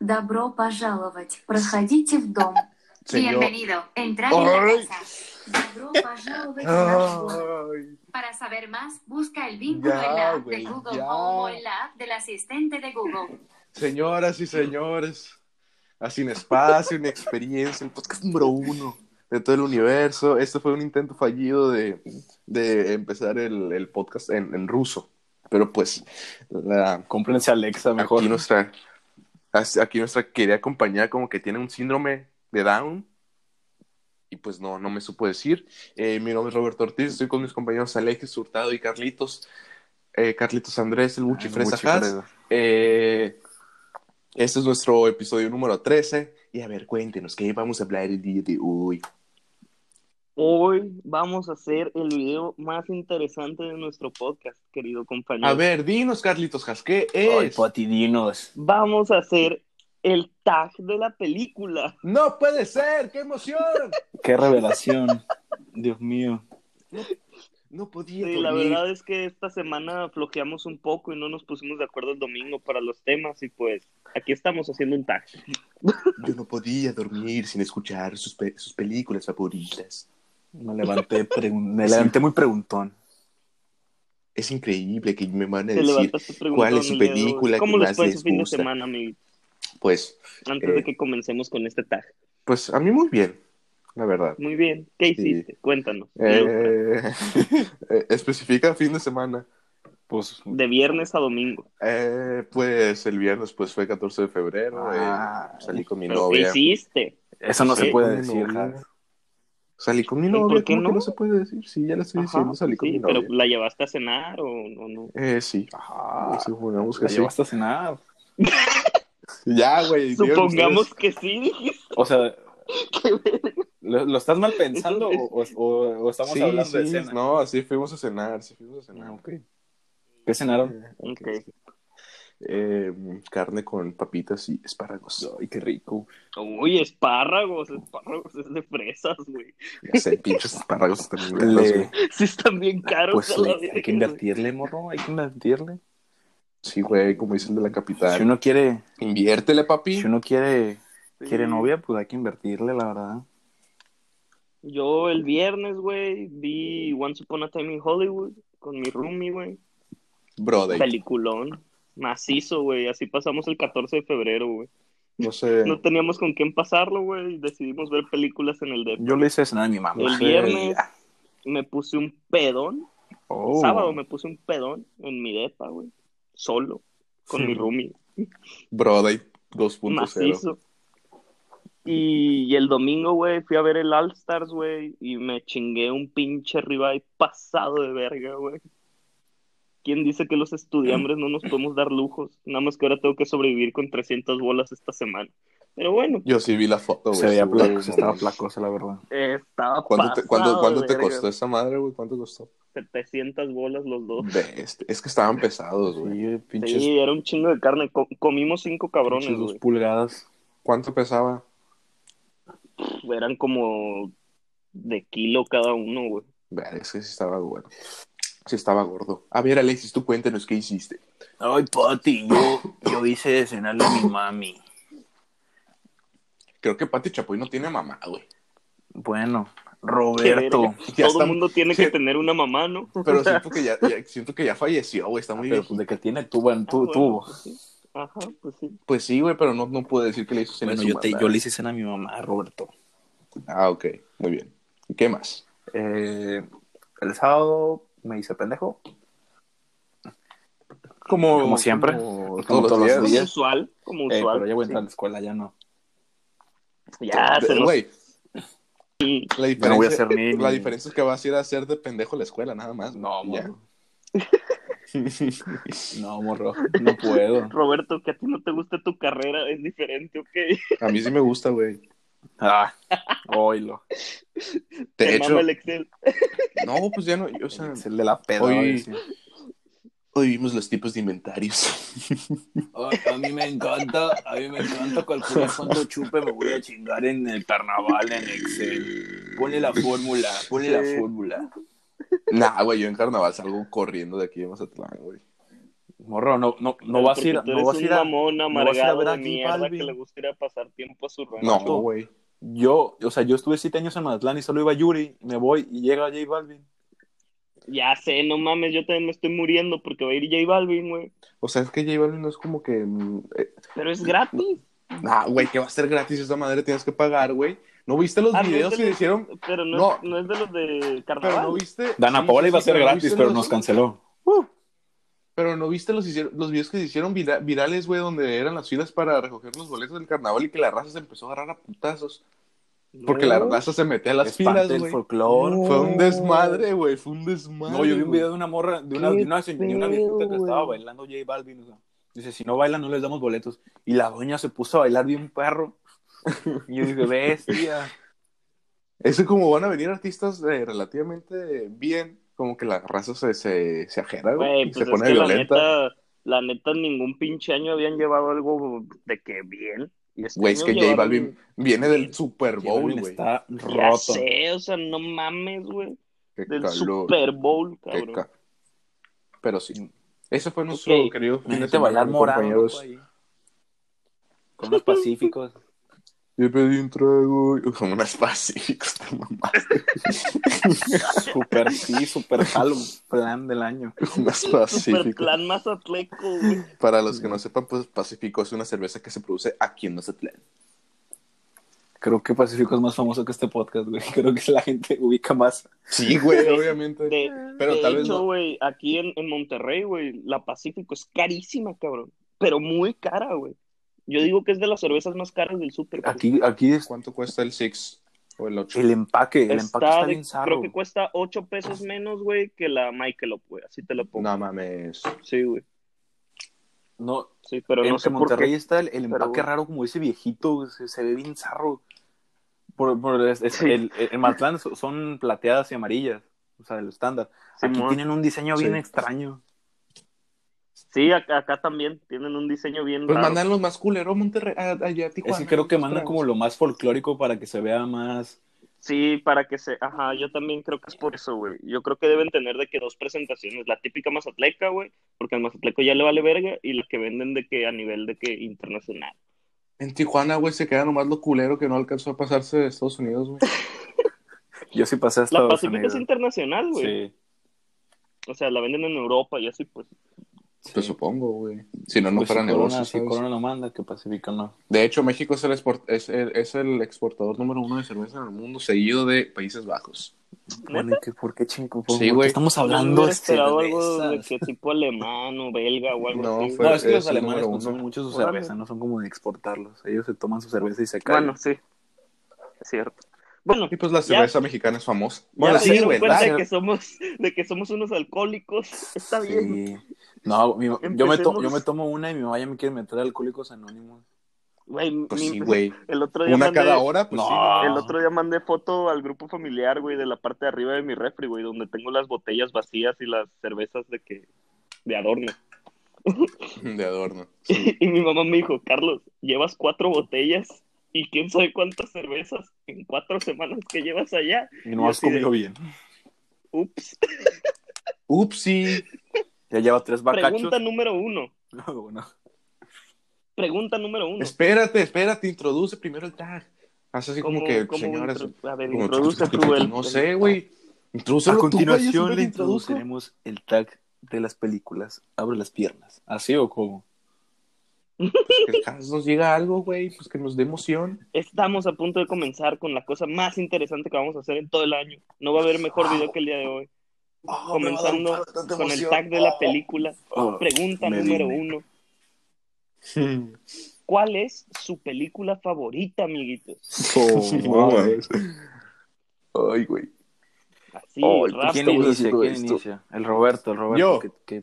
Добро пожаловать. Проходите в дом. Señor. Bienvenido. Entrar en Ay. la casa. Добро пожаловать в наш дом. Ay, Para saber más, busca el vínculo Ya, en la app de güey, Google ya. Home o en la app del asistente de Google. señoras y señores, así en espacio, en experiencia, el podcast número uno de todo el universo. Este fue un intento fallido de, de empezar el, el podcast en, en ruso, pero pues la, Cómprense Alexa mejor. aquí nuestra as- aquí nuestra querida compañera como que tiene un síndrome de Down y pues no no me supo decir Eh, mi nombre es Roberto Ortiz estoy con mis compañeros Alexis Hurtado y Carlitos Eh, Carlitos Andrés el Ah, Buchi Fresa Haas. Eh, este es nuestro episodio número 13 y a ver cuéntenos qué vamos a hablar el día de hoy Hoy vamos a hacer el video más interesante de nuestro podcast, querido compañero. a ver dinos Carlitos Haas, qué Ay, pues. es patidinos. Vamos a hacer el tag de la película. no puede ser qué emoción Qué revelación. Dios mío. no podía Sí, la dormir. verdad es que esta semana flojeamos un poco y no nos pusimos de acuerdo el domingo para los temas y pues aquí estamos haciendo un tag. Yo no podía dormir sin escuchar sus, pe- sus películas favoritas. Me levanté, pregun- me levanté muy preguntón. Es increíble que me van a Te decir, levantaste preguntando ¿cuál es su el día de hoy. película ¿Cómo que les más fue les su fin de gusta? semana, amiguito? pues, Antes Eh. de que comencemos con este tag. pues a mí muy bien, la verdad. Muy bien, ¿qué hiciste? Cuéntanos. Eh, eh, especifica fin de semana. Pues. De viernes a domingo. Eh, pues el viernes pues fue 14 de febrero, eh, Ah, salí con mi ¿Pero qué novia. hiciste? Eso no Sí, se puede con mi decir, novia. Haas. Salí con mi ¿Y por novia, qué ¿cómo que no? no se puede decir? Sí, ya le estoy Ajá, diciendo, salí con sí, mi pero novia. ¿la llevaste a cenar o o no? Eh, sí, Ah, supongamos Pues que la sí. llevaste a cenar. Ya, güey. digan Supongamos ustedes. que sí, dijiste. O sea. ¿Lo, lo estás mal pensando o, o- o estamos Sí, hablando de sí, cena? No, así fuimos a cenar, sí fuimos a cenar. Ah, ok. ¿Qué cenaron? Ok. Eh, carne con papitas y espárragos. Ay, qué rico. Uy, espárragos, espárragos es de fresas, güey. Ya sé, pinches espárragos están muy Le- caros, güey. Sí están bien caros. Pues a la le- hay que verga, invertirle, morro. Hay que invertirle. Sí, güey, como dicen de la capital. Si uno quiere. Inviértele, papi. Si uno quiere. güey. Quiere Sí. novia, pues hay que invertirle, la verdad. Yo el viernes, güey, vi Once Upon a Time in Hollywood con mi roomie, güey. Brother. Peliculón. Macizo, güey. Así pasamos el 14 de febrero, güey. No sé. No teníamos con quién pasarlo, güey. y Decidimos ver películas en el DEP. Yo le hice cenar a mi mamá. El viernes me puse un pedón. Uh. Oh. Sábado me puse un pedón en mi depa, güey. Solo. Con mi roomie. Brother 2.0. macizo. Y, y el domingo, güey, fui a ver el All Stars, güey, y me chingué un pinche ribeye pasado de verga, güey. ¿Quién dice que los estudiambres no nos podemos dar lujos? Nada más que ahora tengo que sobrevivir con 300 bolas esta semana. Pero bueno, Yo sí vi la foto, güey. Se veía Estuvo placosa, estaba mamón. placosa, la verdad. eh, estaba ¿Cuánto te, pasado cuánto- cuánto de te verga. costó esa madre, güey? ¿Cuánto costó? 700 bolas los dos. Ve, este- es que estaban pesados, güey. Sí, pinches, Sí, era un chingo de carne. Co- comimos cinco cabrones, pinches dos güey. pulgadas. ¿Cuánto pesaba? Eran como de kilo cada uno, güey. Ver, es que sí estaba bueno. Sí estaba gordo. A ver, Alexis, tú cuéntanos qué hiciste. Ay, Pati, yo, yo hice de cenarle a mi mami. Creo que Pati Chapoy no tiene mamá, güey. Bueno, Qué Roberto. verga. Ya Todo está- el mundo tiene que sí. tener una mamá, ¿no? Pero siento que ya, ya- siento que ya falleció, güey. Está muy Pero bien. pues de que tiene tu, bueno, Ah, tu, bueno, tuvo. pues sí. Ajá, pues sí. Pues sí, güey, pero no, no puedo decir que le hizo cenar Bueno, a su yo, te- mamá. yo le hice cena a mi mamá, Roberto. Ah, ok. Muy bien. ¿Y qué más? Eh, el sábado me hice pendejo. Como, Como siempre. Como Como todos los Como Así días. días. es. usual, como Eh, usual. pues pero ya voy a entrar a la escuela, ya no. Ya, se nos... Güey, la Ya no voy a diferencia, ser ni- la ni- diferencia es que vas a ir a hacer de pendejo a la escuela, nada más. No, Ya. morro. No, morro. No puedo. Roberto, que a ti no te guste tu carrera es diferente, ¿ok? A mí sí me gusta, güey. Ah, oílo. De Te hecho, mama el Excel. no, pues ya no. O sea, Es el de la peda. hoy- va a decir. hoy vimos los tipos de inventarios. Oh, a mí me encanta, a mí me encanta calcular cuánto chupe me voy a chingar en el carnaval en Excel. Pone la fórmula, pone la fórmula. Nah, güey, yo en carnaval salgo corriendo de aquí de Mazatlán, güey. Morro, no, no, no vas a ir, Porque tú no eres vas a un ir a... mamón vas a ir a amargado ver a de J mierda Balvin. que le gusta ir a pasar tiempo a su rancho. No, Macho. güey. Yo, o sea, yo estuve siete años en Mazatlán y solo iba Yuri, me voy y llega J Balvin. Ya sé, no mames, yo también me estoy muriendo porque va a ir J Balvin, güey. O sea, es que J Balvin no es como que. mm, eh, Pero es gratis. nah, güey, que va a ser gratis esa madre, tienes que pagar, güey. ¿No viste los Ah, no, videos que entonces- hicieron? Pero no, No. Es, no es de los de Pero no carnaval. viste. Dana sí, Paola sí, iba a sí, ser no gratis, viste pero los- nos canceló. Pero no viste los, hici- los videos que se hicieron vira- virales, güey, donde eran las filas para recoger los boletos del carnaval y que la raza se empezó a agarrar a putazos. Porque la raza se metía a las Es parte filas, del güey. folclore. Fue un desmadre, güey, fue un desmadre. No, yo vi un güey. video de una morra, de una, Qué de una, se- de una feo, viejita que güey. estaba bailando J Balvin. o sea, dice, si no bailan, no les damos boletos. Y la doña se puso a bailar bien perro. Y yo dije, bestia. Ese como van a venir artistas eh, relativamente bien, como que la raza se, se, se ajera, güey, Güey, y pues se es pone que violenta. La neta, la neta, ningún pinche año habían llevado algo de que bien. Y este Güey, es año que J llevaron- Balvin viene del Super J Balvin Bowl, güey. está Ya roto. sé, o sea, no mames, güey. Qué Del calor, Super Bowl, qué cabrón. ca- Pero sí, ese fue nuestro Ok. querido fin de Imagínate bailar semana, morado. compañeros. loco, ahí. Con unos pacíficos. Yo pedí un trago, y- como unas pacíficos, te mamaste, super sí, super jalo. Plan del año. unas Super pacíficos. plan más atleco, güey. Para los que no sepan, pues Pacífico es una cerveza que se produce aquí en Mazatlán. Creo que Pacífico es más famoso que este podcast, güey. Creo que la gente ubica más. Sí, güey, obviamente. De, Pero de tal vez hecho, no. güey, aquí en, en Monterrey, güey, la Pacífico es carísima, cabrón. Pero muy cara, güey. Yo digo que es de las cervezas más caras del súper. güey. Aquí, aquí es ¿Cuánto cuesta el Six o el 8? el empaque. El empaque está de- bien zarro. creo que cuesta 8 pesos menos, güey, que la Michelob, güey. Así te lo pongo. No mames. Sí, güey. No, Sí, pero en no sé por Monterrey qué. está el, el pero empaque bueno. raro, como ese viejito, güey, se, se ve bien zarro. Por, por- es- es- el, el- en Mazatlán so- son plateadas y amarillas, o sea, el estándar. Aquí Simón. tienen un diseño bien Sí. extraño. Sí, acá, acá también tienen un diseño bien Pues raro. mandan los más culeros Monterrey, a, allá a Tijuana. Es que creo que mandan como lo más folclórico para que se vea más. Sí, para que se... Ajá, yo también creo que es por eso, güey. Yo creo que deben tener de que dos presentaciones. La típica mazatleca, güey, porque al mazatleco ya le vale verga, y la que venden de que a nivel de que internacional. En Tijuana, güey, se queda nomás lo culero que no alcanzó a pasarse de Estados Unidos, güey. Yo sí pasé hasta La Pacífico es internacional, güey. Sí. O sea, la venden en Europa y así, pues. Te supongo, güey. Si no, no Pues fuera si negocio. Corona, si ¿sabes? Corona lo manda, que Pacífico no. De hecho, México es el, export- es, el, es el exportador número uno de cerveza en el mundo, seguido de Países Bajos. Bueno, ¿y qué- ¿Por qué chingo? ¿Por- por Sí, qué güey. Estamos Yo hablando este hubiera de esperado algo de cervezas? que tipo alemán o belga o algo No, así. fue- No, es que Es los el alemanes número uno. consumen mucho su Órale. cerveza, no son como de exportarlos. Ellos se toman su cerveza y se callan. Bueno, sí. Es cierto. Bueno, Y pues la Ya. cerveza mexicana es famosa. Bueno, ya sí, se dieron güey, cuenta la- de que somos, de que somos unos alcohólicos. Está bien. Sí. No, mi- yo, me to- Empecemos. yo me tomo una y mi mamá ya me quiere meter a Alcohólicos Anónimos. Güey, Pues mi- sí, güey. El otro día Una mandé- cada hora, pues No. sí. güey. El otro día mandé foto al grupo familiar, güey, de la parte de arriba de mi refri, güey, donde tengo las botellas vacías y las cervezas de que de adorno. De adorno. Y mi mamá me dijo, Carlos, llevas cuatro botellas y quién sabe cuántas cervezas en cuatro semanas que llevas allá. Y Y no has así de- comido bien. Ups. Upsi. Ya lleva tres bacachos. Pregunta número uno. No, bueno. Pregunta número uno. Espérate, espérate, introduce primero el tag. Haz así como que, señores. intro- A ver, como- pues, introduce tú el. No sé, güey. Introduce A continuación le introduciremos el tag de las películas. Abre las piernas. ¿Así o cómo? Que el Hans nos llega algo, güey, pues que nos dé emoción. Estamos a punto de comenzar con la cosa más interesante que vamos a hacer en todo el año. No va a haber mejor video que el día de hoy. Comenzando con el tag de la película. Oh, Pregunta me número vine. uno. ¿Cuál es su película favorita, amiguitos? Oh, güey. Ay, güey. Así, Oh, ¿Quién rápido. Estoy inicia? haciendo ¿Quién esto. inicia? El Roberto, el Roberto. Yo. que- que-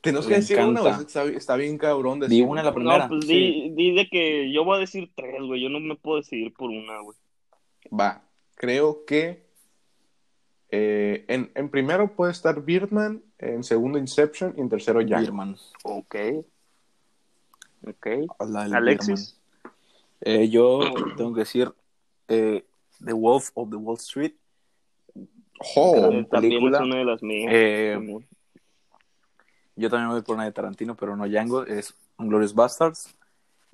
Tenemos que Me decir una, encanta. güey. Está, está bien cabrón. Di decir una la No, primera. pues di, Sí. di de que yo voy a decir tres, güey. Yo no me puedo decidir por una, güey. Va. Creo que. eh, en, en primero puede estar Birdman, en segundo Inception y en tercero Jack. Birman. Ok. Ok. Hola, el Alexis. Birman. Eh, yo tengo que decir eh, The Wolf of the Wall Street. Oh, Eh, También Oh, película. es una de las mías. Eh, Simón. Yo también voy por una de Tarantino, pero no Django, es Glorious Bastards.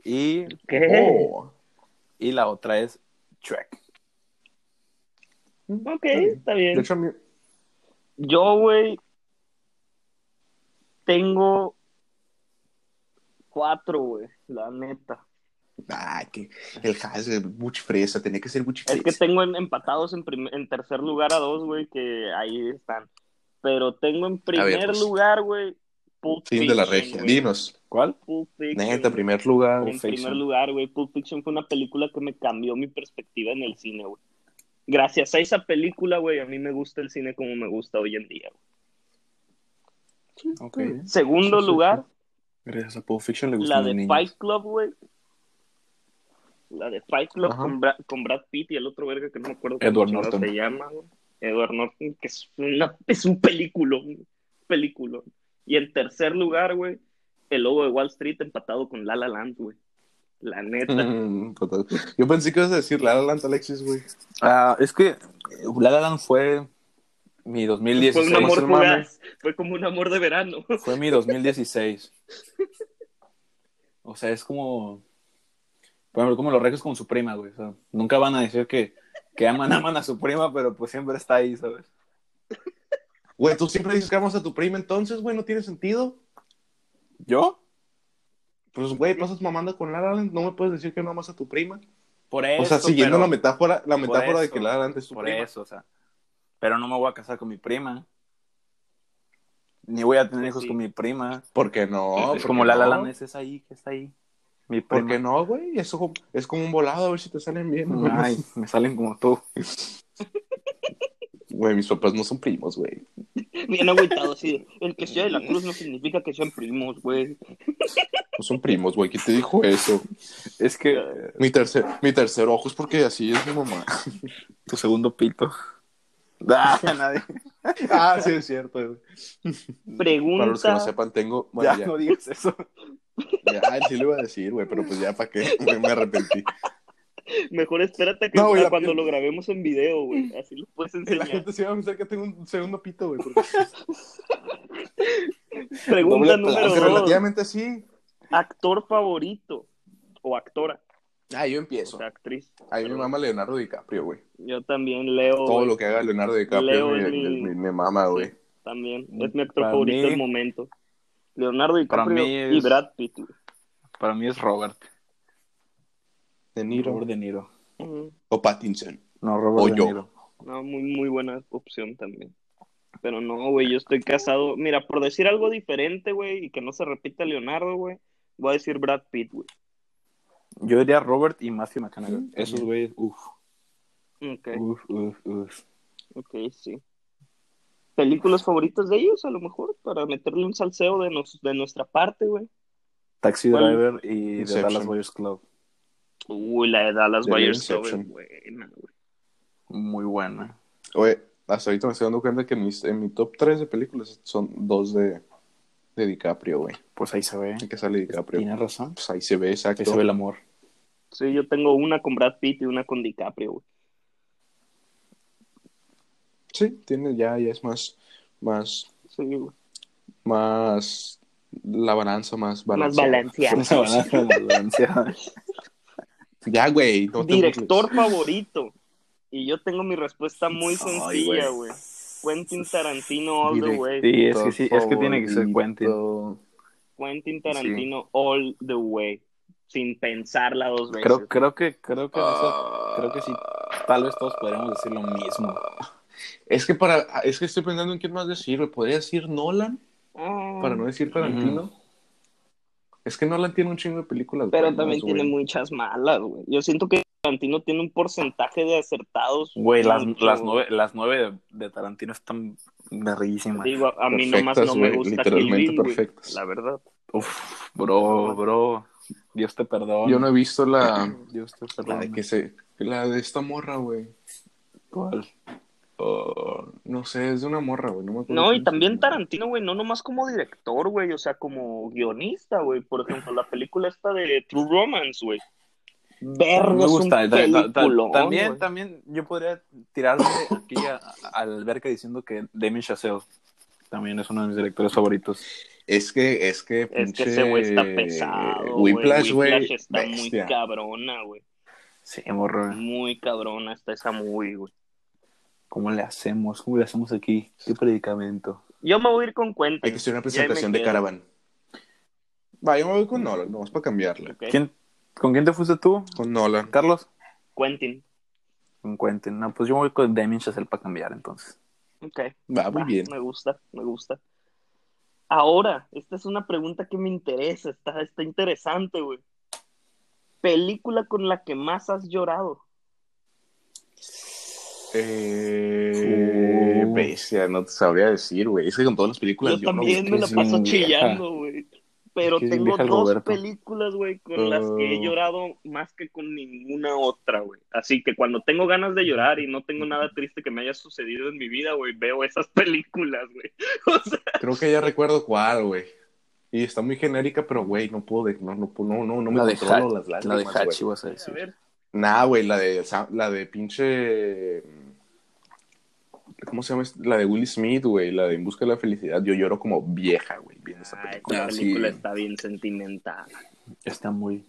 Y, ¿Qué? Oh. y la otra es Shrek. Ok, está bien. De hecho, a mí- Yo, güey, tengo cuatro, güey, la neta. Ah, que el has de Buch Fresa, tenía que ser Buch Es que Fresa. tengo en- empatados en, prim- en tercer lugar a dos, güey, que ahí están. Pero tengo en primer pues. lugar, güey, Pulp Fin de la Fiction, regia, güey. dinos. ¿Cuál? Pulp Fiction, Neta, primer lugar. En primer Fiction. lugar, güey, Pulp Fiction fue una película que me cambió mi perspectiva en el cine, güey. Gracias a esa película, güey, a mí me gusta el cine como me gusta hoy en día. güey. Ok. Segundo Sí, sí, lugar, Gracias a Pulp Fiction le gustan la los de niños. Fight Club, güey. La de Fight Club Ajá. con, Bra- con Brad Pitt y el otro verga que no me acuerdo Edward cómo chingado Norton. se llama, güey. Edward Norton, que es, una, es un película, película. Y en tercer lugar, güey, el lobo de Wall Street empatado con La La Land, güey. La neta. Mm, total. Yo pensé que ibas a decir La La Land, Alexis, güey. Ah, es que La La Land fue mi Fue 2016. un amor no mames. fugaz. Fue como un amor de verano. Fue mi 2016. O sea, es como. Por ejemplo, como los regios con su prima, güey. O sea, nunca van a decir que, que aman, aman a su prima, pero pues siempre está ahí, ¿sabes? Güey, tú siempre dices que amas a tu prima, entonces, güey, no tiene sentido. ¿Yo? Pues, güey, pasas mamando con La La Land, no me puedes decir que no amas a tu prima. Por eso. o sea, siguiendo pero- la metáfora, la por metáfora de eso, que La La Land es tu Por prima. eso, o sea. Pero no me voy a casar con mi prima. Ni voy a tener Pues hijos sí. con mi prima. ¿Por qué no? es ¿Por como qué la la no? Land, esa es ahí, que está ahí. Mi ¿Por qué prima. no, güey? Eso es como un volado, a ver si te salen bien. güey. Ay, me salen como tú. Güey, mis papás no son primos, güey. Bien agüitado, sí. El que sea de la cruz no significa que sean primos, güey. No son primos, güey. ¿Quién te dijo eso? Es que. eh, Mi tercer, mi tercer ojo es porque así es mi mamá. Tu segundo pito. Ah, nadie. Ah, sí, es cierto. güey. Pregunta. Para los que no sepan, tengo. Bueno, ya, digas eso. ya, ah, sí lo iba a decir, güey, pero pues ya, ¿para qué? Güey, Me arrepentí. Mejor espérate que No, güey, a la- cuando lo grabemos en video, güey. Así lo puedes La enseñar. gente se iba a pensar que tengo un segundo pito, güey. porque- Doble plazo, Pregunta número Aunque dos. relativamente sí. Actor favorito. O actora. Ah, yo O empiezo. sea, actriz. A mí me mama Leonardo DiCaprio, güey. Yo también leo. Todo güey, lo que haga Leonardo DiCaprio Leo güey, es me, mi- me- me mama, güey. También. Es mi actor Para favorito mí- del momento. Leonardo DiCaprio mí es- y Brad Pitt. güey. Para mí es Robert. De Robert De Niro. Ujú. O Pattinson. No, Robert O De yo. Niro. No, muy, muy buena opción también. Pero no, güey, yo estoy casado. Mira, por decir algo diferente, güey, y que no se repita Leonardo, güey, voy a decir Brad Pitt, güey. Yo diría Robert y Matthew McConaughey. Esos güeyes, uff, Ok, uff, uff, uff. ok, sí. ¿Películas favoritas de ellos, a lo mejor? Para meterle un salseo de, nos, de nuestra parte, güey. Taxi ¿Cuál? Driver y The Inception. Dallas Buyers Club. Uy, la de Dallas De Buyers Club Inception. es buena, güey. Muy buena. Oye, hasta ahorita me estoy dando cuenta que en, mis- en mi top 3 de películas son dos de, de DiCaprio, güey. Pues ahí se ve. ¿En qué sale DiCaprio? Tienes razón. Pues ahí se ve, exacto. Ahí se ve el amor. Sí, yo tengo una con Brad Pitt y una con DiCaprio, güey. Sí, tiene, ya, ya es más, más, Sí, güey. más, la balanza más Más balanceada. balanceada. Una balanza de la balanceada. Ya, güey. no te Director burles. favorito. Y yo tengo mi respuesta muy Ay, sencilla, güey. Quentin Tarantino all the way. Sí, es que, sí, es que tiene que ser Quentin. Favorito. Quentin Tarantino all the way. Sin pensarla dos veces. Creo, creo que, creo que en eso- creo que sí. Tal vez todos podríamos decir lo mismo. Ah. Es que para, es que estoy pensando en quién más decir, güey. Podría decir Nolan, Ah, para no decir Tarantino. Es que Nolan tiene un chingo de películas. Pero buenas, también güey. tiene muchas malas, güey. Yo siento que Tarantino tiene un porcentaje de acertados. Güey, las, mucho, las güey. nueve, las nueve de, de Tarantino están verguísimas. Digo, a, a mí nomás Perfectas, no güey, me gusta Kill literalmente Bill, güey, perfectas. La verdad. Uf, bro, bro. Dios te perdone. Yo no he visto la, Dios te la de perdone. que se, la de esta morra, güey. ¿Cuál? Ah, no sé, es de una morra, güey. No, me acuerdo No, cómo y se también llama. Tarantino, güey, no nomás como director, güey, o sea, como guionista, güey. Por ejemplo, la película esta de True Romance, güey. Verga, Me gusta. ta- es un ta- ta- peliculón, también, güey. también yo podría tirarme aquí a- al alberca diciendo que Damien Chazelle también es uno de mis directores favoritos. Es que, es que, Es que pinche ese güey está pesado. güey. Whiplash, güey. Whiplash está bestia. muy cabrona, güey. Sí, morro. Muy cabrona está esa movie, güey. ¿Cómo le hacemos? ¿Cómo le hacemos aquí? ¿Qué predicamento? Yo me voy a ir con cuenta. Hay que hacer una presentación me de quedo. Caravan. Va, yo me voy con Nolan, nomás para cambiarle. ¿Quién, ¿Con quién te fuiste tú, Con Nolan. Carlos? Quentin. Con Quentin. No, pues yo me voy con Damien Chazelle para cambiar, entonces. Ok. Va, muy Ah, bien. Me gusta, me gusta. Ahora, esta es una pregunta que me interesa, está, está interesante, güey. Película con la que más has llorado. Eh, Uh. bestia, no te sabría decir, güey. Es que con todas las Pues películas Yo no- también me la es bien paso vieja. chillando, güey. Pero Es que es tengo vieja el dos Roberto. películas, güey, con las que he Oh. llorado más que con ninguna otra, güey. Así que cuando tengo ganas de llorar y no tengo nada triste que me haya sucedido en mi vida, güey, veo esas películas, güey. O sea, Creo que ya recuerdo cuál, güey. Y está muy genérica, pero, güey, no puedo, de- no, no, puedo- no, no, no me la de controlo Ha- las la de lágrimas, güey. Hachi, vas a a decir. ver, Nah, güey, la de, Sa- la de pinche... ¿Cómo se llama? esta? La de Will Smith, güey, la de En Busca de la Felicidad. Yo lloro como vieja, güey, viendo esa ah, película. esta sí. película está bien sentimental. Está muy...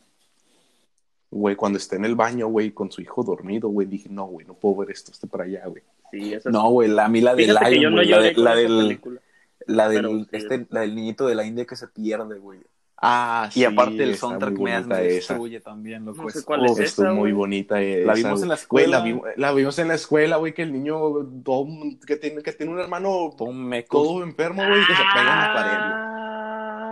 Güey, cuando está en el baño, güey, con su hijo dormido, güey, dije, no, güey, no puedo ver esto, está para allá, güey. Sí, esa es No, güey, la, a mí la de Fíjate que yo Lion, no güey, la, lloré de- con la esa del, película. la, del, pero sí. este, la del niñito de la India que se pierde, güey. Ah, Y aparte el está muy soundtrack me bonita hace este esa. destruye también, loco. No sé es cuál es horrible. esa, Oh, Estuvo muy güey. bonita. eh, La esa, vimos en la güey. Güey, escuela. la, vimos, la vimos en la escuela, güey, que el niño Dom, que, tiene, que tiene un hermano Todo un meco. todo enfermo, güey, que se pega en la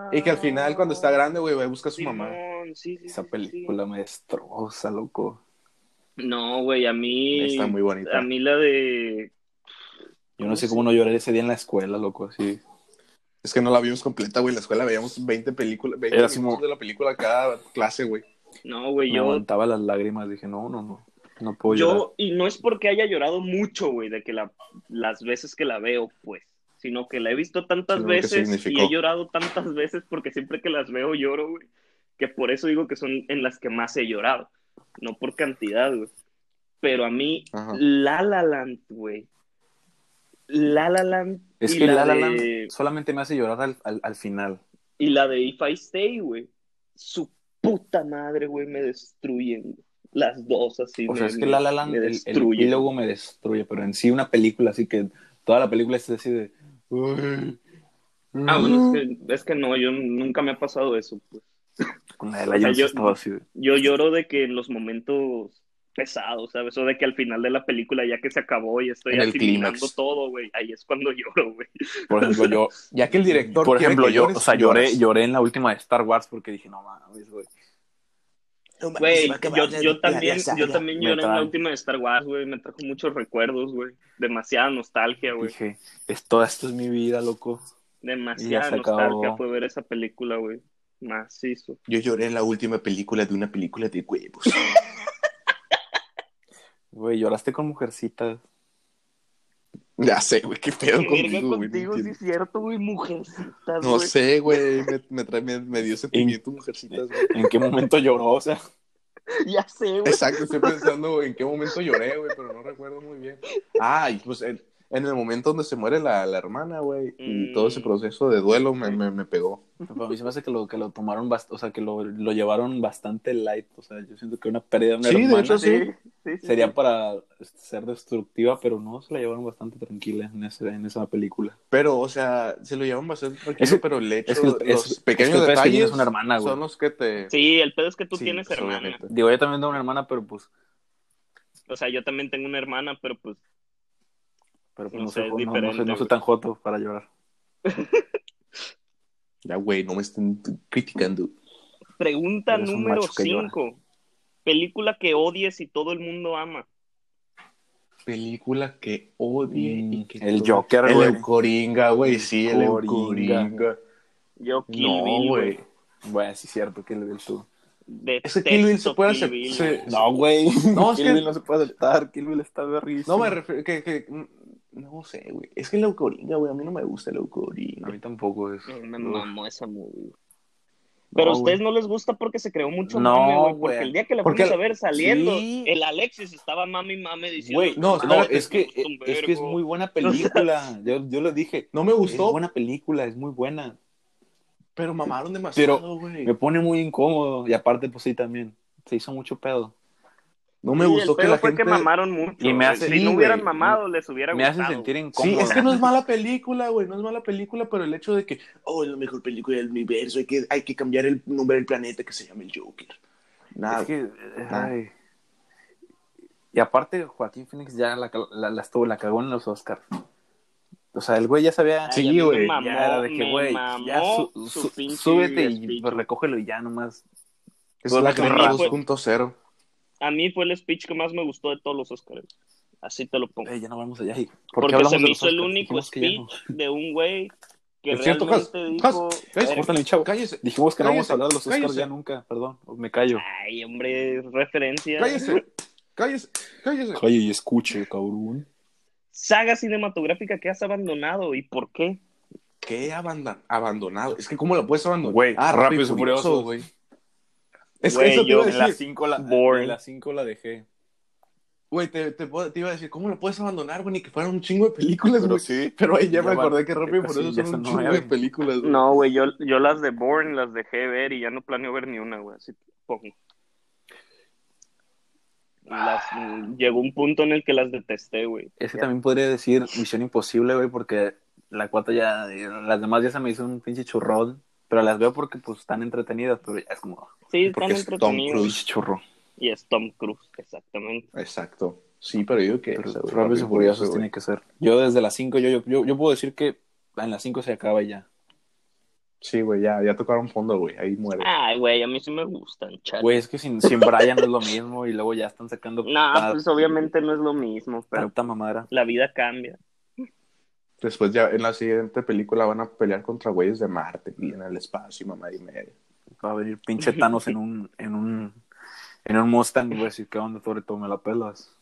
pared. güey. Y que al final, cuando está grande, güey, va a buscar a su mamá. Simón, sí, sí, sí, Esa sí, película me destroza, loco. sí. No, güey, a mí. Está muy bonita. A mí la de. Yo no sé cómo no lloré ese día en la escuela, loco, así. Es que no la vimos completa, güey. En la escuela veíamos 20 películas, 20 Era minutos así como- de la película cada clase, güey. No, güey, Me yo. aguantaba las lágrimas, dije, no, no, no, no puedo llorar. Yo, y no es porque haya llorado mucho, güey, de que la, las veces que la veo, pues, sino que la he visto tantas Sí, lo que veces y significó. he llorado tantas veces porque siempre que las veo lloro, güey, que por eso digo que son en las que más he llorado, no por cantidad, güey. Pero a mí, Ajá. La La Land, güey. La La Land. Es y que La La de- Land solamente me hace llorar al, al- al final. Y la de If I Stay, güey. Su puta madre, güey, me destruyen. güey. Las dos así. O sea, me- es que me- La La Land, me el, el destruyen. epílogo me destruye, pero en sí una película, así que toda la película es así de... "Uy". Ah, bueno, es que, es que no, yo nunca me ha pasado eso. Pues. mm". Con la de O sea, Lion yo- estaba así de... Yo lloro de que en los momentos pesados, ¿sabes? O de que al final de la película, ya que se acabó y estoy En el asimilando clímax. todo, güey. Ahí es cuando lloro, güey. Por ejemplo, yo... Ya que el director. Por quiere ejemplo, que yo, llores, o sea, lloras. lloré, lloré en la última de Star Wars porque dije, no mames, güey. Güey, yo, yo también, yo también Me lloré en la trae. última de Star Wars, güey. Me trajo muchos recuerdos, güey. Demasiada nostalgia, güey. Dije, es, toda esto es mi vida, loco. Demasiada se nostalgia acabó. fue ver esa película, güey. Macizo. Yo lloré en la última película de una película de pues, huevos. Güey, lloraste con mujercitas. ya sé, güey, qué pedo Qué verga contigo, güey. no contigo, sí entiendo. es cierto, güey, mujercitas, No güey. sé, güey. Me, me, trae- me- me dio sentimiento, mujercitas, güey. ¿En qué momento lloró? O sea, Ya sé, güey. Exacto, estoy pensando en qué momento lloré, güey, pero no recuerdo muy bien. Ah, y pues en, en el momento donde se muere la, la hermana, güey, y Mm. todo ese proceso de duelo me, me, me pegó. Para mí se me hace que lo, que lo tomaron, bast- o sea, que lo, lo llevaron bastante light. O sea, yo siento que una pérdida de una Sí, de hermana hecho, sí. sí, sí. sería para este, ser destructiva, pero no, se la llevaron bastante tranquila en, ese- en esa película. Pero, o sea, se lo llevan bastante tranquilo, Es que- pero el hecho, Es que el- los es- pequeños es que el pedo es que detalles tienes una hermana, güey. son los que te... Sí, el pedo es que tú Sí, tienes pues, hermana. obviamente. Digo, yo también tengo una hermana, pero pues, O sea, yo también tengo una hermana, pero pues pero pues No no, sé, soy, es no- no soy- diferente, no soy güey. tan joto para llorar. Ya, güey, no me estén criticando. pregunta Eres un número macho que llora. 5. Película que odies y todo el mundo ama. Película que odie y Mm, que... el todo- Joker, El güey. Eucoringa, güey, sí, el Coringa. Eucoringa. Yo Kill No, Bill, güey. Bueno, sí, cierto, que le vi el tú. Es que Kill Bill se Detesto puede Kill hacer... Bill, güey. se- No, güey. No, es Kill que- Bill no se puede aceptar. Kill Bill está berrísimo. No me refiero, que, que- mm, no sé, güey. Es que el Eucoringa, güey, a mí no me gusta el Eucoringa. A mí tampoco es. Ay, Me Uf. mamó esa movie. Pero No, a ustedes no les gusta porque se creó mucho No, mame, güey. güey. Porque el día que la Porque fuimos a el- ver saliendo, Sí. el Alexis estaba mami mame diciendo. Güey, No, no, espérate, es que me gusta un es que es vergo. muy buena película. Yo, yo lo dije. No me Es gustó, buena película, es muy buena. pero mamaron demasiado, güey. Me pone muy incómodo. Y aparte, pues sí, también. Se hizo mucho pedo. No me Sí, gustó el que pedo la fue gente... que mamaron mucho. Y me güey. hace- si sí, no güey. hubieran mamado, les hubiera Me gustado. hace sentir incómodo. Sí, es que no es mala película, güey, no es mala película, pero el hecho de que, oh, es la mejor película del universo, hay que, hay que cambiar el nombre del planeta que se llama el Joker. Nada, Es que, nada. ay. Y aparte, Joaquín Phoenix ya la, la, la estuvo, la cagó en los Oscars. O sea, el güey ya sabía. Ay, Sí, a mí me güey, mamó, ya era de que, me güey, mamó ya su- su su- pinche súbete y speech. recógelo y ya nomás. es Pues la la que carrera me fue- 2.0. A mí fue el speech que más me gustó de todos los Oscars. Así te lo pongo. "Ey, Eh, ya no vamos allá. ¿Y ¿Por qué Porque hablamos se de me los hizo el Oscars? único Dijimos que ya no. speech de un güey que Es cierto, Cas, realmente dijo... Cas, "A ver, Córtale, chavo. Cállese, Dijimos que no vamos Cállese, a hablar de los Oscars cállese. ya nunca, perdón, me callo. Ay, hombre, referencia. cállese, cállese, cállese. Calle y escuche, cabrón. Saga cinematográfica que has abandonado. ¿Y por qué? ¿Qué abandon- abandonado? Es que ¿cómo lo puedes abandonar? Güey, ah, Rápido y Furioso. güey. Es Güey, que eso te yo iba a en En las decir. 5 la, Boring. en las cinco la dejé. Güey, te, te puedo- te iba a decir, ¿cómo lo puedes abandonar, güey? Ni que fueran un chingo de películas, Pero güey. sí. Pero ahí ya, Ya me va- acordé que Rápido y casi Furioso ya son son un chingo nueve. de películas, güey. No, güey, yo, yo las de Bourne las dejé ver y ya no planeo ver ni una, güey. Así te pongo. Las- mm, llegó un punto en el que las detesté, güey. Ese también podría decir Misión Imposible, güey, porque la cuarta ya, las demás ya se me hizo un pinche churrón, pero las veo porque pues están entretenidas, pero ya es como ah, Sí, están Porque es Tom entretenidas. Cruise. pinche churro. Y es Tom Cruise, exactamente. Exacto. Sí, pero yo que... Pero esa, güey, Rápidos y güey. Furiosos tiene que ser. Yo desde las 5, yo, yo, yo, yo puedo decir que en las 5 se acaba ya. Sí, güey, ya, ya tocaron fondo, güey. Ahí muere. Ah. Ay, güey, a mí sí me gustan, chale. Güey, es que sin, sin Brian no es lo mismo y luego ya están sacando Nah, Ah, ta- pues obviamente no es lo mismo, pero tanta mamadera. la vida cambia. Después ya en la siguiente película van a pelear contra güeyes de Marte y en el espacio, mamá y media. Va a venir pinche Thanos en un, en un, en un Mustang y voy a decir, ¿qué onda, Toreto? ¿Me la pelas?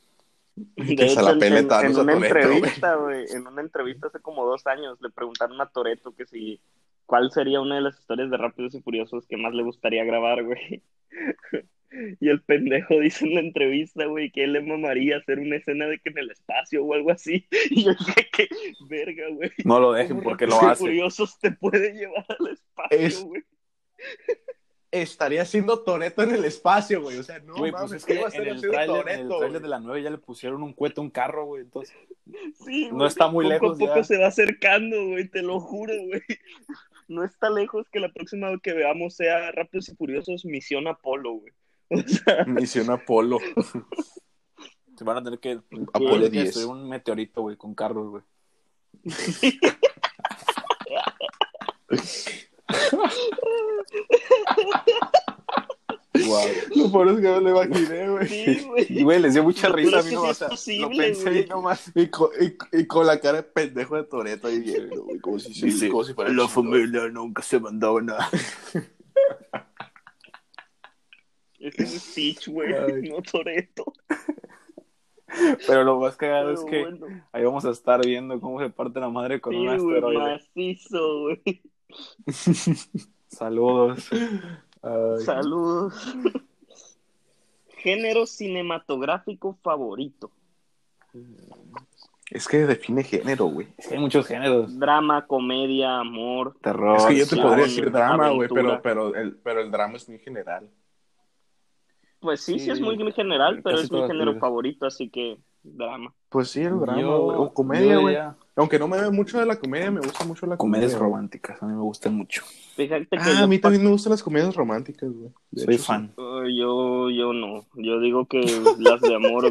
De Que se hecho, la en- pele en, Thanos en a una Toretto, güey. entrevista, güey, en una entrevista hace como dos años le preguntaron a Toreto que si cuál sería una de las historias de Rápidos y Furiosos que más le gustaría grabar, güey. Y el pendejo dice en la entrevista, güey, que él le mamaría hacer una escena de que en el espacio o algo así. Y yo dije que, verga, güey. No lo dejen porque lo Rápidos y hace. Furiosos te puede llevar al espacio, Es- güey. Estaría siendo Toreto en el espacio, güey. O sea, no Güey, mames, pues es ¿qué que iba a en estar el haciendo tráiler en el Toretto, tráiler güey? de la 9 ya le pusieron un cohete a un carro, güey. Entonces, Sí, No güey. está muy poco lejos a poco ya. se va acercando, güey, te lo juro, güey. No está lejos que la próxima que veamos sea Rápidos y Furiosos Misión Apolo, güey. Misión Apolo. se van a tener que... Apolo tener que 10. destruir un meteorito, güey, con carros, güey. Guau. Lo peor es que no le imaginé, güey. Sí, güey. Y, güey, les dio mucha Pero risa a es mí, que no, sí o es sea, posible, lo pensé güey. y nomás... Y con, y- y con la cara de pendejo de Toreto ahí viendo, güey. Como si, como si fuera chingón. nunca se mandaba nada. Este es Stitch, güey, Ay. no Toreto. Pero lo más cagado es Pero que bueno. ahí vamos a estar viendo cómo se parte la madre con Sí, un güey, asteroide. macizo, güey. Saludos. Ay. Saludos. Género cinematográfico favorito. Es que define género, güey. Es que hay muchos géneros. Drama, comedia, amor. Terror. es que yo te claro, podría decir güey, drama, güey, pero, aventura. pero, el, pero el drama es muy general. Pues sí, sí, Sí, es muy general, pero casi es mi todas género las- favorito, así que drama. Pues sí, el drama, Yo- güey. O comedia, yo güey. diría Aunque no me ve mucho de la comedia, me gusta mucho la comedia. Comedias románticas, a mí me gustan mucho. Fíjate que Ah, yo a mí pa- también me gustan las comedias románticas, güey. De Soy hecho, fan. Oh, Yo, yo no. Yo digo que las de amor.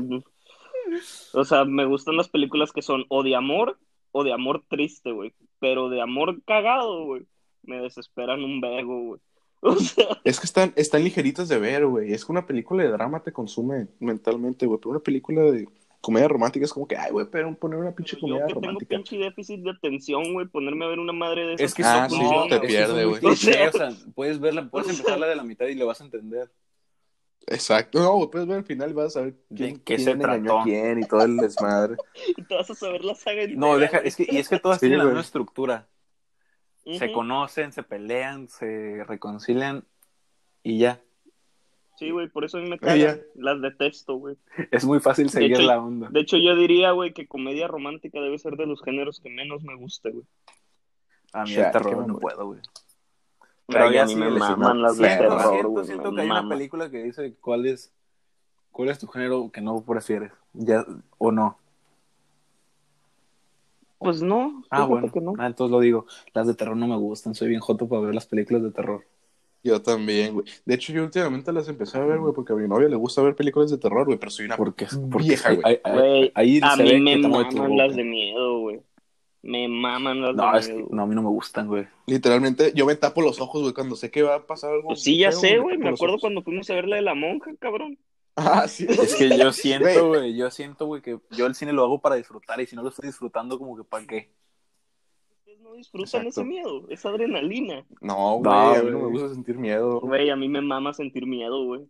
o sea, me gustan las películas que son o de amor o de amor triste, güey. Pero de amor cagado, güey. Me desesperan un vergo, güey. O sea, Es que están, están ligeritas de ver, güey. Es que una película de drama te consume mentalmente, güey. Pero una película de comedia romántica es como que, ay, güey, pero poner una pinche yo comedia que tengo romántica. pinche déficit de atención, güey, ponerme a ver una madre de esas. Es que Ah, son- sí, no, te es que pierde, son muy güey. cliché, O sea, puedes verla, puedes empezarla de la mitad y le vas a entender. Exacto. No, güey, puedes ver al final y vas a ver ¿De qué se engañó a trató? quién y todo el desmadre. Y te vas a saber la saga entera. No, deja, es que, y es que todas Sí, tienen la güey. misma estructura. Se Ujú. conocen, se pelean, se reconcilian y ya. Sí, güey, por eso a mí me Ella. cagan. Las detesto, güey. Es muy fácil seguir hecho, la onda. De hecho, yo diría, güey, que comedia romántica debe ser de los géneros que menos me gusta, güey. A mí Shit, el terror qué no bueno. puedo, güey. Pero Pero ya a mí sí, me le- maman las de siento, terror, siento, güey, siento me que hay una maman. película que dice cuál es cuál es tu género que no prefieres, ya o no. Pues no, Ah, fíjate bueno. que no. Ah, entonces lo digo, las de terror no me gustan, soy bien joto para ver las películas de terror. Yo también, güey. De hecho, yo últimamente las empecé a ver, güey, porque a mi novia le gusta ver películas de terror, güey, pero soy una... Porque porque Vieja, güey. ahí- ahí- Ah, Güey, ahí A se mí ve me que te mueve tu maman boca. las de miedo, güey. Me maman las No, de es que miedo. güey. no a mí no me gustan, güey. Literalmente, yo me tapo los ojos, güey, cuando sé que va a pasar algo. Pues sí, ya feo, sé, me güey. tapo Me los acuerdo ojos. cuando fuimos a ver la de la monja, cabrón. Ah, sí. Es que yo siento, Güey. güey, yo siento, güey, que yo el cine lo hago para disfrutar y si no lo estoy disfrutando, como que para qué. Ustedes no disfrutan Exacto. ese miedo, esa adrenalina. No, güey, No, a mí no güey. me gusta sentir miedo. Güey, a mí me mama sentir miedo, güey.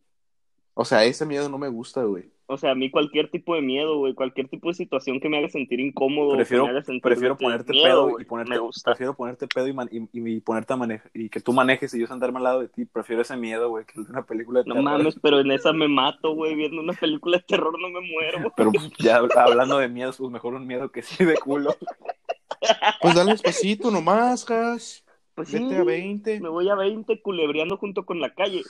O sea, ese miedo no me gusta, güey. O sea, a mí cualquier tipo de miedo, güey, cualquier tipo de situación que me haga sentir incómodo, Prefiero- que me haga sentir Prefiero que- ponerte miedo, pedo güey, y ponerte, me gusta. prefiero ponerte pedo y, man- y, y- y ponerte a manejar y que tú manejes y yo sentarme al lado de ti. Prefiero ese miedo, güey, que una película de No terror. mames, pero en esa me mato, güey, viendo una película de terror no me muero. güey. Pero pues, ya hab- hablando de miedos, pues mejor un miedo que sí de culo. Pues dale despacito nomás, gas. Pues sí, Vete a 20. me voy a 20 culebreando junto con la calle.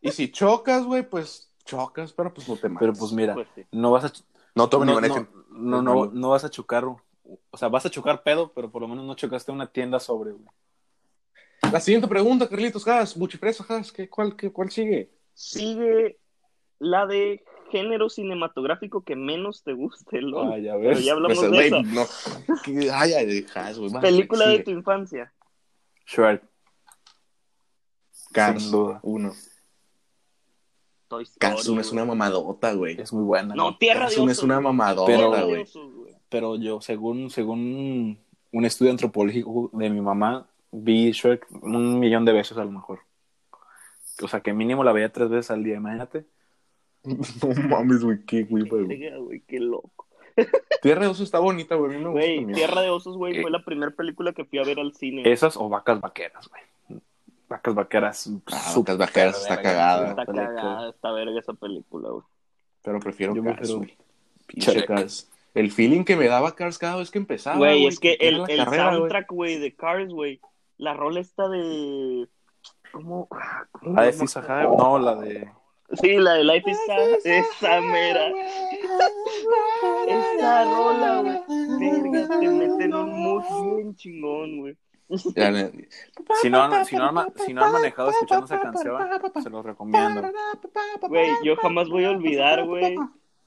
Y si chocas, güey, pues chocas, pero pues no te mates. Pero pues mira, Pues sí. no vas a ch- no tomen no, ni manejen. no, no, no, no vas a chocar, o sea, vas a chocar pedo, pero por lo menos no chocaste una tienda sobre, güey. La siguiente pregunta, Carlitos Gas, Buchifresa Gas, ¿qué, cuál, qué, ¿cuál sigue? Sigue la de género cinematográfico que menos te guste, LOL. Ah, ya pero ves. ya hablamos Pues, de güey, esa. no. ¿Qué- Ay, ay, Gas, güey. más, Película güey, de tu sigue. infancia. Shrek, Cars, sin duda. Uno. Toy Story, Cars uno es güey. una mamadota, güey. Es muy buena. No, Tierra Cars de uno Osos. es una güey. mamadota, Tierra de güey. Osos, güey. pero yo, según, según un estudio antropológico de mi mamá, vi Shrek un millón de veces a lo mejor. O sea, que mínimo la veía tres veces al día, imagínate. No mames, güey, qué güey, güey. Verga, güey, qué loco. Tierra de Osos está bonita, güey. A mí me gusta Güey, también. Tierra de Osos, güey, Eh. fue la primera película que fui a ver al cine. Esas o vacas vaqueras, güey. Vacas vaqueras. Ah, súper Vacas Vaqueras está verga, cagada. Está película. cagada, está verga esa película, güey. Pero prefiero Yo Cars, prefiero güey. Pinche Shrek. Cars. El feeling que me daba Cars cada vez Ah, que empezaba, Güey, es que era el, la el carrera, güey. soundtrack, güey, de Cars, güey, la rola está de... ¿Cómo? ¿Cómo La de se llama? Fisa High, Ah, no, la de. Sí, la de Life is Sad, esa mera. Esa rola, güey. Verga, te mete en un mood bien chingón, güey. Ya, ne- Si no, han- si, no han, ma- si no han manejado escuchando esa canción, se los recomiendo. Güey, yo jamás voy a olvidar, güey.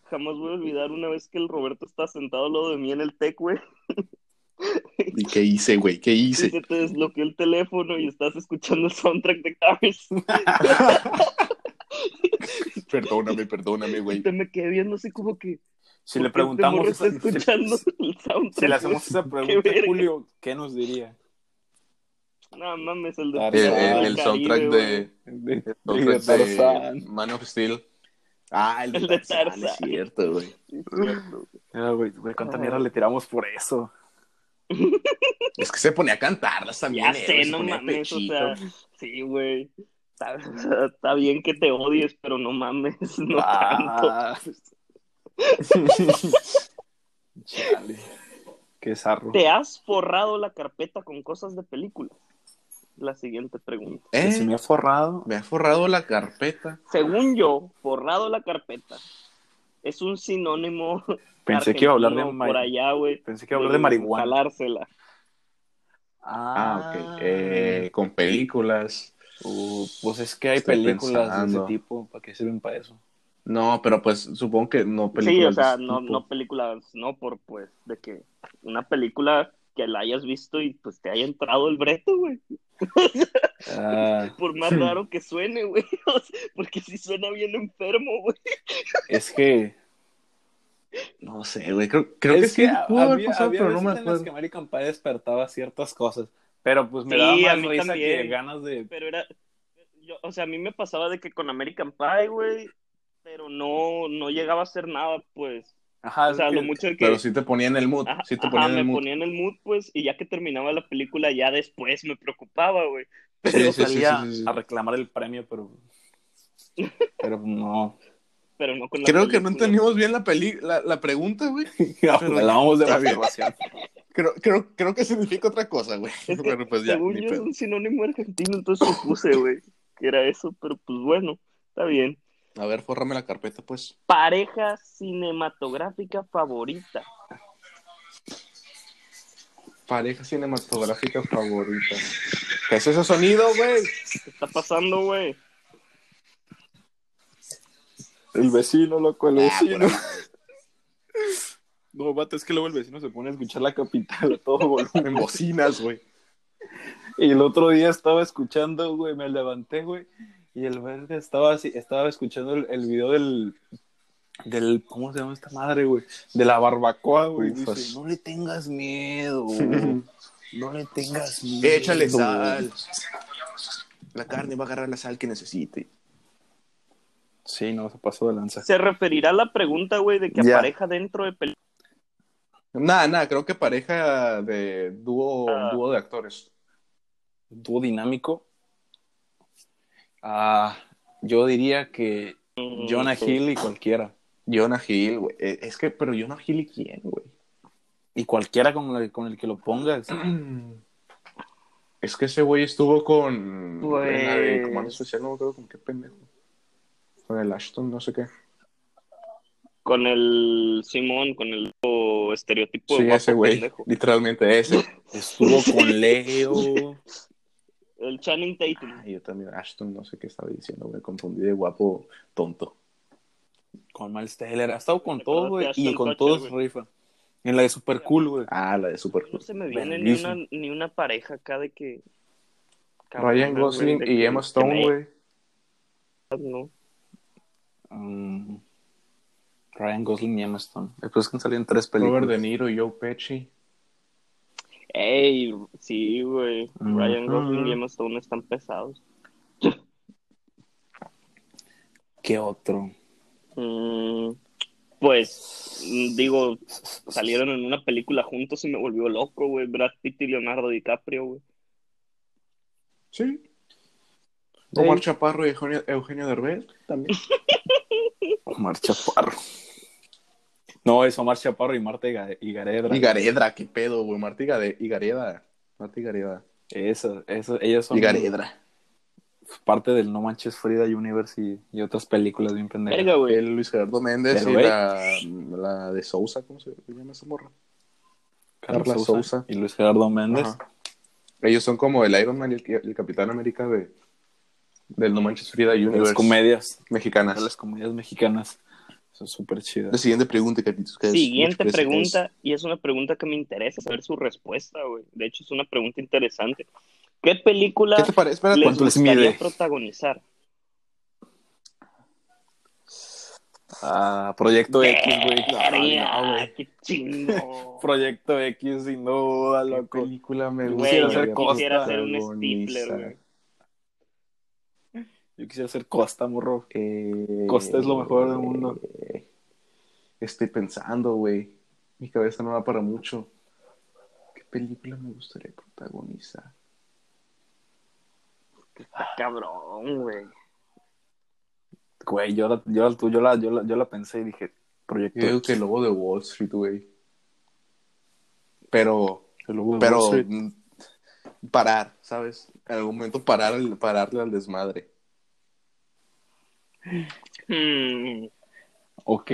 Jamás voy a olvidar una vez que el Roberto está sentado al lado de mí en el tec, güey. ¿Y qué hice, güey? ¿Qué Y hice? se te desbloqueó el teléfono y estás escuchando el soundtrack de Cars. Perdóname, perdóname, güey. Te me quedé viendo así como que. Si le ¿por qué este preguntamos, morro esa- Está escuchando si, el soundtrack. si le hacemos esa pregunta verga. a Julio, ¿qué nos diría? No mames, el de. El- El, el- Eh, el Caribe, soundtrack güey. de, De, el y de soundtrack de Tarzán. Man of Steel. Ah, el de, El de Tarzán, Tarzán. es cierto, güey. Ah, güey, güey, ¿cuánta mierda le tiramos por eso? Es que se ponía a cantarlas también. Ya eh, sé, güey, se no ponía mames, o pechito. Eh, sea. Sí, güey. Está, está bien que te odies, pero no mames, no tanto. Ah. Chale. Qué zarro. ¿Te has forrado la carpeta con cosas de películas? La siguiente pregunta. Que ¿Eh? Si me ha forrado, Me ha forrado la carpeta. Según yo, forrado la carpeta es un sinónimo. pensé que iba a hablar de, argentino ma- por allá, güey. pensé que iba a hablar de marihuana. Jalársela. Ah, ok. Eh, con películas. Uh, pues es que hay Estoy películas de pensando. ese tipo, ¿para qué sirven para eso? No, pero pues supongo que no Sí, o películas. sea, de no, tipo. no películas, no por pues de que una película que la hayas visto y pues te haya entrado el breto, güey. Ah, Por más raro que suene, güey. O sea, porque si suena bien enfermo, güey. es que, No sé, güey. Creo, creo que es sí pudo haber pasado, pero no veces me en las acuerdo. que Mari Campay despertaba ciertas cosas, pero pues me Sí, daba a más mí risa también. que ganas de... Pero era, yo, o sea, a mí me pasaba de que con American Pie, güey, pero no, no llegaba a hacer nada, pues. Ajá, O sea, es lo que- mucho de que. Pero sí te ponía en el mood. Ajá, sí te ajá, ponía en me el mood. ponía en el mood, pues, y ya que terminaba la película, ya después me preocupaba, güey. Sí, Yo sí, sí, salía sí, sí, sí. a reclamar el premio, pero. Pero no. Pero no con la Creo que no película. entendimos bien la, peli la, la pregunta, güey. Hablábamos de Está la bien. masturbación. Creo, creo, creo que significa otra cosa, güey. Es que, Pero pues ya, Según ni yo es pedo. un sinónimo argentino, entonces supuse, güey, que era eso, pero pues bueno, está bien. A ver, fórrame la carpeta, pues. Pareja cinematográfica favorita. Pareja cinematográfica favorita. ¿Qué es ese sonido, güey? ¿Qué está pasando, güey? El vecino, loco, el Ah, vecino. No, vato, es que luego el vecino se pone a escuchar la capital a todo volumen. En bocinas, güey. Y el otro día estaba escuchando, güey, me levanté, güey, y el verde estaba así, estaba escuchando el, el video del, del, ¿cómo se llama esta madre, güey? De la barbacoa, güey. Dice, Ufas. no le tengas miedo, no le tengas miedo. Échale sal. La carne va a agarrar la sal que necesite. Sí, no, se pasó de lanza. Se referirá a la pregunta, güey, de que Ya. pareja dentro de película. Nada, nada, creo que pareja de dúo, Ah. dúo de actores. Dúo dinámico. Ah, yo diría que Jonah Hill y cualquiera. Jonah Hill, güey. Eh, Es que, pero Jonah Hill y quién, güey. Y cualquiera con, la- con el que lo pongas. Es que ese güey estuvo con. Pues- en la de Comando Especial, no me acuerdo con qué pendejo. Con el Ashton, no sé qué. Con el Simón, con el o, estereotipo de sí, guapo ese güey. pendejo. Literalmente ese. Estuvo con Leo. El Channing Tatum. Ay, yo también, Ashton, no sé qué estaba diciendo, güey. Confundí de guapo tonto. Con Miles Taylor. Ha estado con ¿Te todo, güey. acuerdas de Y Ashton con Kutcher, todos güey? rifa. En la de Super Cool, güey. Ah, la de Super No se me viene ni Verguísimo. una, ni una pareja acá de que. Ryan Cabrona, Gosling güey, de y que- Emma Stone, que- güey. No. Mm. Ryan Gosling y Emma Stone. Después que han salido en tres películas. Robert De Niro y Joe Pesci. Ey, sí, güey. Mm. Ryan Gosling y Mm. Emma Stone están pesados. ¿Qué otro? Mm, pues, mm, digo, salieron en una película juntos y me volvió loco, güey. Brad Pitt y Leonardo DiCaprio, güey. Sí. Sí. Omar Chaparro y Eugenio, Eugenio Derbez. También. Omar Chaparro. No, es Omar Chaparro y Marta Higa- Higaredra. Y Garedra, qué pedo, güey. Martí Gade- y Gareda. Martí Gareda. Eso, eso, ellas son Y Garedra. parte del No Manches Frida Universe y, y otras películas bien Eh, pendejas. Verga, güey. El Luis Gerardo Méndez Pero, y güey. la, la de Sousa, ¿cómo se llama esa morra? Carla Carla Sousa Sousa. y Luis Gerardo Méndez. Ajá. Ellos son como el Iron Man y el, el Capitán América de, del No Manches Frida De las Universe. comedias. mexicanas. De las comedias mexicanas. Son súper chidas. La siguiente pregunta, Capitos. que es- Siguiente es- es- pregunta, y es una pregunta que me interesa saber su respuesta, güey. De hecho, es una pregunta interesante. ¿Qué película ¿Qué te parece? Espérate, les ¿Cuánto les gustaría mide? protagonizar? Ah, Proyecto X, güey. Verga, No, güey. ¡Qué chingo! Proyecto X, sin duda, ¿Qué loco. película me Güey, gusta? yo quisiera ser un protagonizar? Stifler, güey. Yo quisiera ser Costa, morro. Eh, Costa es lo mejor del mundo. eh, estoy pensando, güey. Mi cabeza no va para mucho. ¿Qué película me gustaría protagonizar? Está cabrón, güey. Güey, yo la, yo, la- tú- yo la, yo, la, yo la pensé y dije, Proyecto Yo digo X. que el lobo de Wall Street, güey. Pero, El lobo de pero Wall Street. mm, parar, ¿sabes? En algún momento parar, el- pararle al desmadre. Hmm. Ok.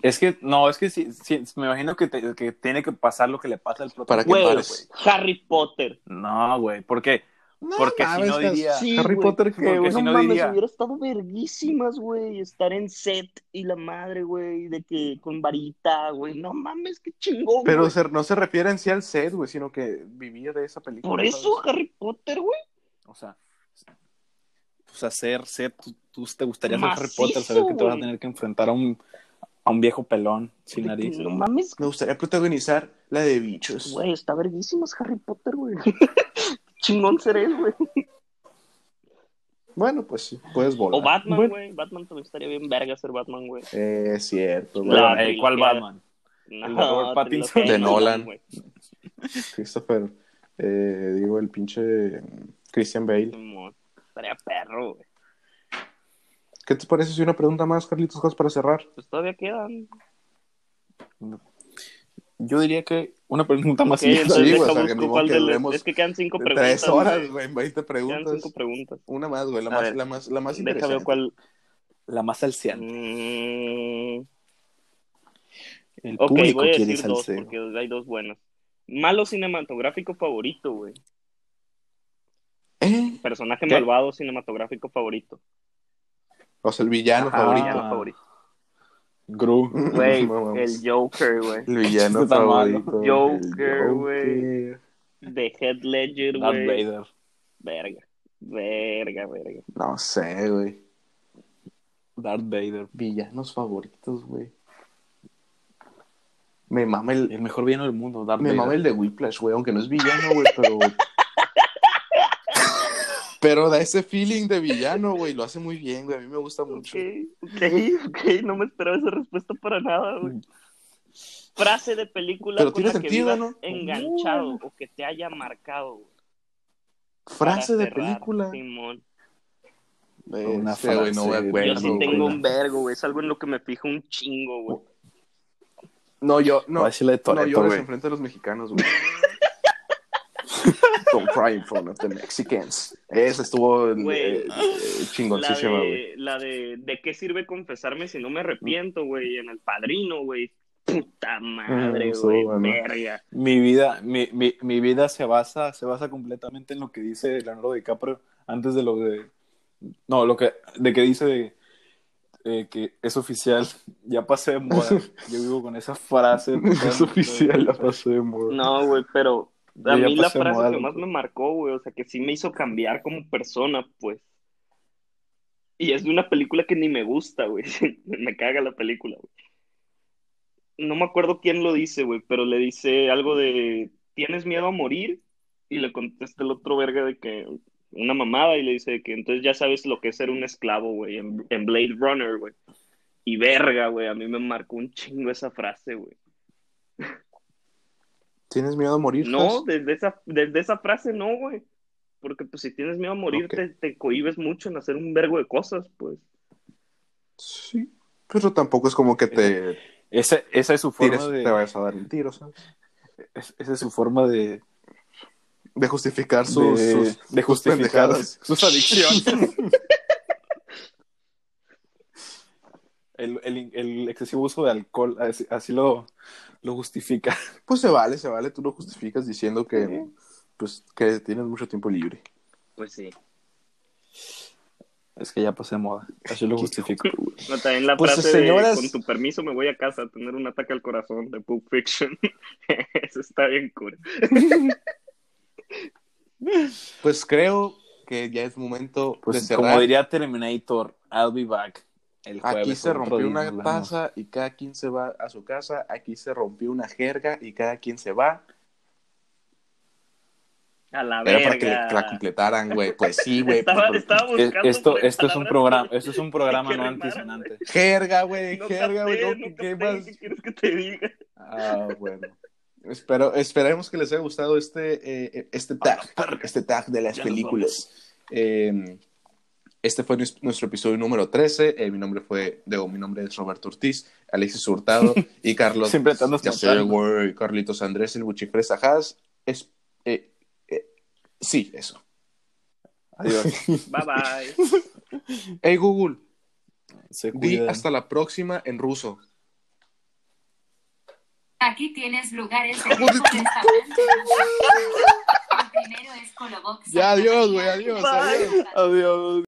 Es que, no, es que sí, sí, me imagino que, te- que tiene que pasar lo que le pasa al Para que protagonista. Güey, pares. Harry Potter. No, güey, porque Porque si no estás- diría- sí, Harry güey. Potter que Porque Güey, si no no mames, diría- hubiera estado verguísimas, güey. Estar en set y la madre, güey, de que con varita, güey. No mames, qué chingón, Pero güey. se- no se refieren sí al set, güey, sino que vivía de esa película. Por ¿sabes? eso Harry Potter, güey. O sea, pues hacer, ser, tú, tú te gustaría ser Macizo, Harry Potter, saber que te vas a güey. tener que enfrentar a un, a un viejo pelón sin De que nariz. No mames, Me gustaría protagonizar la de bichos. güey. Está verguísimas Harry Potter, güey. Chingón seré, güey. Bueno, pues sí, puedes volar. O Batman, güey. Bueno. Batman también estaría bien verga ser Batman, güey. Eh, es cierto, güey. Claro. Pero, eh, ¿Cuál Batman? No, El de Robert te Pattinson. lo creo, De no, Nolan. güey. Christopher, eh, digo, el pinche mm, Christian Bale. Simón. Estaría perro, güey. ¿Qué te parece si una pregunta más, Carlitos, Cos, para cerrar? Pues todavía quedan. Yo diría que una pregunta más. Ok, entonces sí, güey, deja o sea, que ni busco modo cuál que de las- hablemos Es que quedan cinco preguntas. Tres horas, güey. güey, en 20 Quedan preguntas. cinco preguntas. Una más, güey, la A más, ver. la más, la más Deja ver interesante. cuál. La más alciana. Mm, El ok, público voy a quiere decir dos salseo. porque hay dos buenas. Malo cinematográfico favorito, güey. ¿Eh? Personaje ¿Qué? malvado cinematográfico favorito. O sea, el villano Ah. favorito. Villano favorito. Gru. Güey, No mames. el Joker, güey. El villano Está malo. favorito. el Joker, güey. De Head Ledger, Darth güey. Vader. Verga. Verga, verga. No sé, güey. Darth Vader. Villanos favoritos, güey. Me mama el, El mejor villano del mundo, Darth Me mama Vader. el de Whiplash, güey, aunque no es villano, güey, pero. pero da ese feeling de villano, güey, lo hace muy bien, güey, a mí me gusta mucho. Ok, ok, ok. No me esperaba esa respuesta para nada, güey. Frase de película Pero con tiene la que sentido, vivas ¿no? enganchado o que te haya marcado, güey. Frase Para de cerrar, película. Simón. Una Este, güey, no me frase de acuerdo, Yo Bueno, sí güey. tengo un vergo, güey. Es algo en lo que me fijo un chingo, güey. No, yo, no. Voy a decirle de No Toretto, llores güey. enfrente de los mexicanos, güey. Don't cry in front of the Mexicans. Esa estuvo Güey. eh, eh, La chingoncísima, güey. de, la de de qué sirve confesarme si no me arrepiento, güey, en el padrino, güey. Puta madre, Mm, sí, güey, bueno. verga. Mi vida, mi, mi, mi vida se basa, se basa completamente en lo que dice Leonardo DiCaprio antes de lo de. No, lo que, de que dice de, eh, que es oficial. Ya pasé de moda. Yo vivo con esa frase. Es oficial la frase de moda. No, güey, pero a Yo ya mí la pasé de frase moda, que loco. más me marcó, güey, o sea, que sí me hizo cambiar como persona, pues. Y es de una película que ni me gusta, güey. me caga la película, güey. No me acuerdo quién lo dice, güey, pero le dice algo de ¿tienes miedo a morir? Y le contesta el otro verga de que una mamada y le dice de que entonces ya sabes lo que es ser un esclavo, güey, en, en Blade Runner, güey. Y verga, güey, a mí me marcó un chingo esa frase, güey. ¿Tienes miedo a morir? No, Fas? desde esa, desde esa frase no, güey. Porque pues si tienes miedo a morir, Ok. te, te cohibes mucho en hacer un vergo de cosas, pues. Sí. Pero tampoco es como que te, Esa, esa es su forma tires- de. te vayas a dar un tiro, ¿sabes? es- Esa es su forma de. De justificar sus, de, sus- de sus justificar pendejadas. sus adicciones. el, el- el excesivo uso de alcohol, así, así lo, lo justifica. Pues se vale, se vale. Tú lo justificas diciendo que, pues, que tienes mucho tiempo libre. Pues sí. Es que ya pasé de moda. Así lo justifico. No, también la Pues, frase de, señoras- con tu permiso me voy a casa a tener un ataque al corazón de Pulp Fiction. Eso está bien cool. Pues creo que ya es momento de Pues, cerrar. como diría Terminator, I'll be back. El jueves, Aquí se otro rompió día una nos vemos. taza y cada quien se va a su casa. Aquí se rompió una jerga y cada quien se va. A la Era para que verga. la completaran, güey. Pues sí, güey. Estaba- pues, estaba Es- buscando Eh, esto, por esto es un palabras, programa, güey. esto es un programa Que no rimaran, antisonante. Jerga, güey. No jerga, güey. capté, ¿no? no ¿Qué capté, más? ¿Qué quieres que te diga? Ah, bueno. Espero, esperemos que les haya gustado este, eh, este tag, este tag de las Ya nos películas. Eh, este fue nues- nuestro episodio número 13. Eh, mi nombre fue, digo, mi nombre es Roberto Ortiz, Alexis Hurtado y Carlos. Siempre te andas ya sé, contando. güey, Carlitos Andrés, el Buchifres Ajás. Es, eh, eh, sí, eso. Adiós. Bye bye. Hey Google, Se di cuidan. hasta la próxima en ruso. Aquí tienes lugares de lujo, restaurantes. El primero es Colobox. Ya, adiós, güey, adiós, Bye. adiós. Adiós.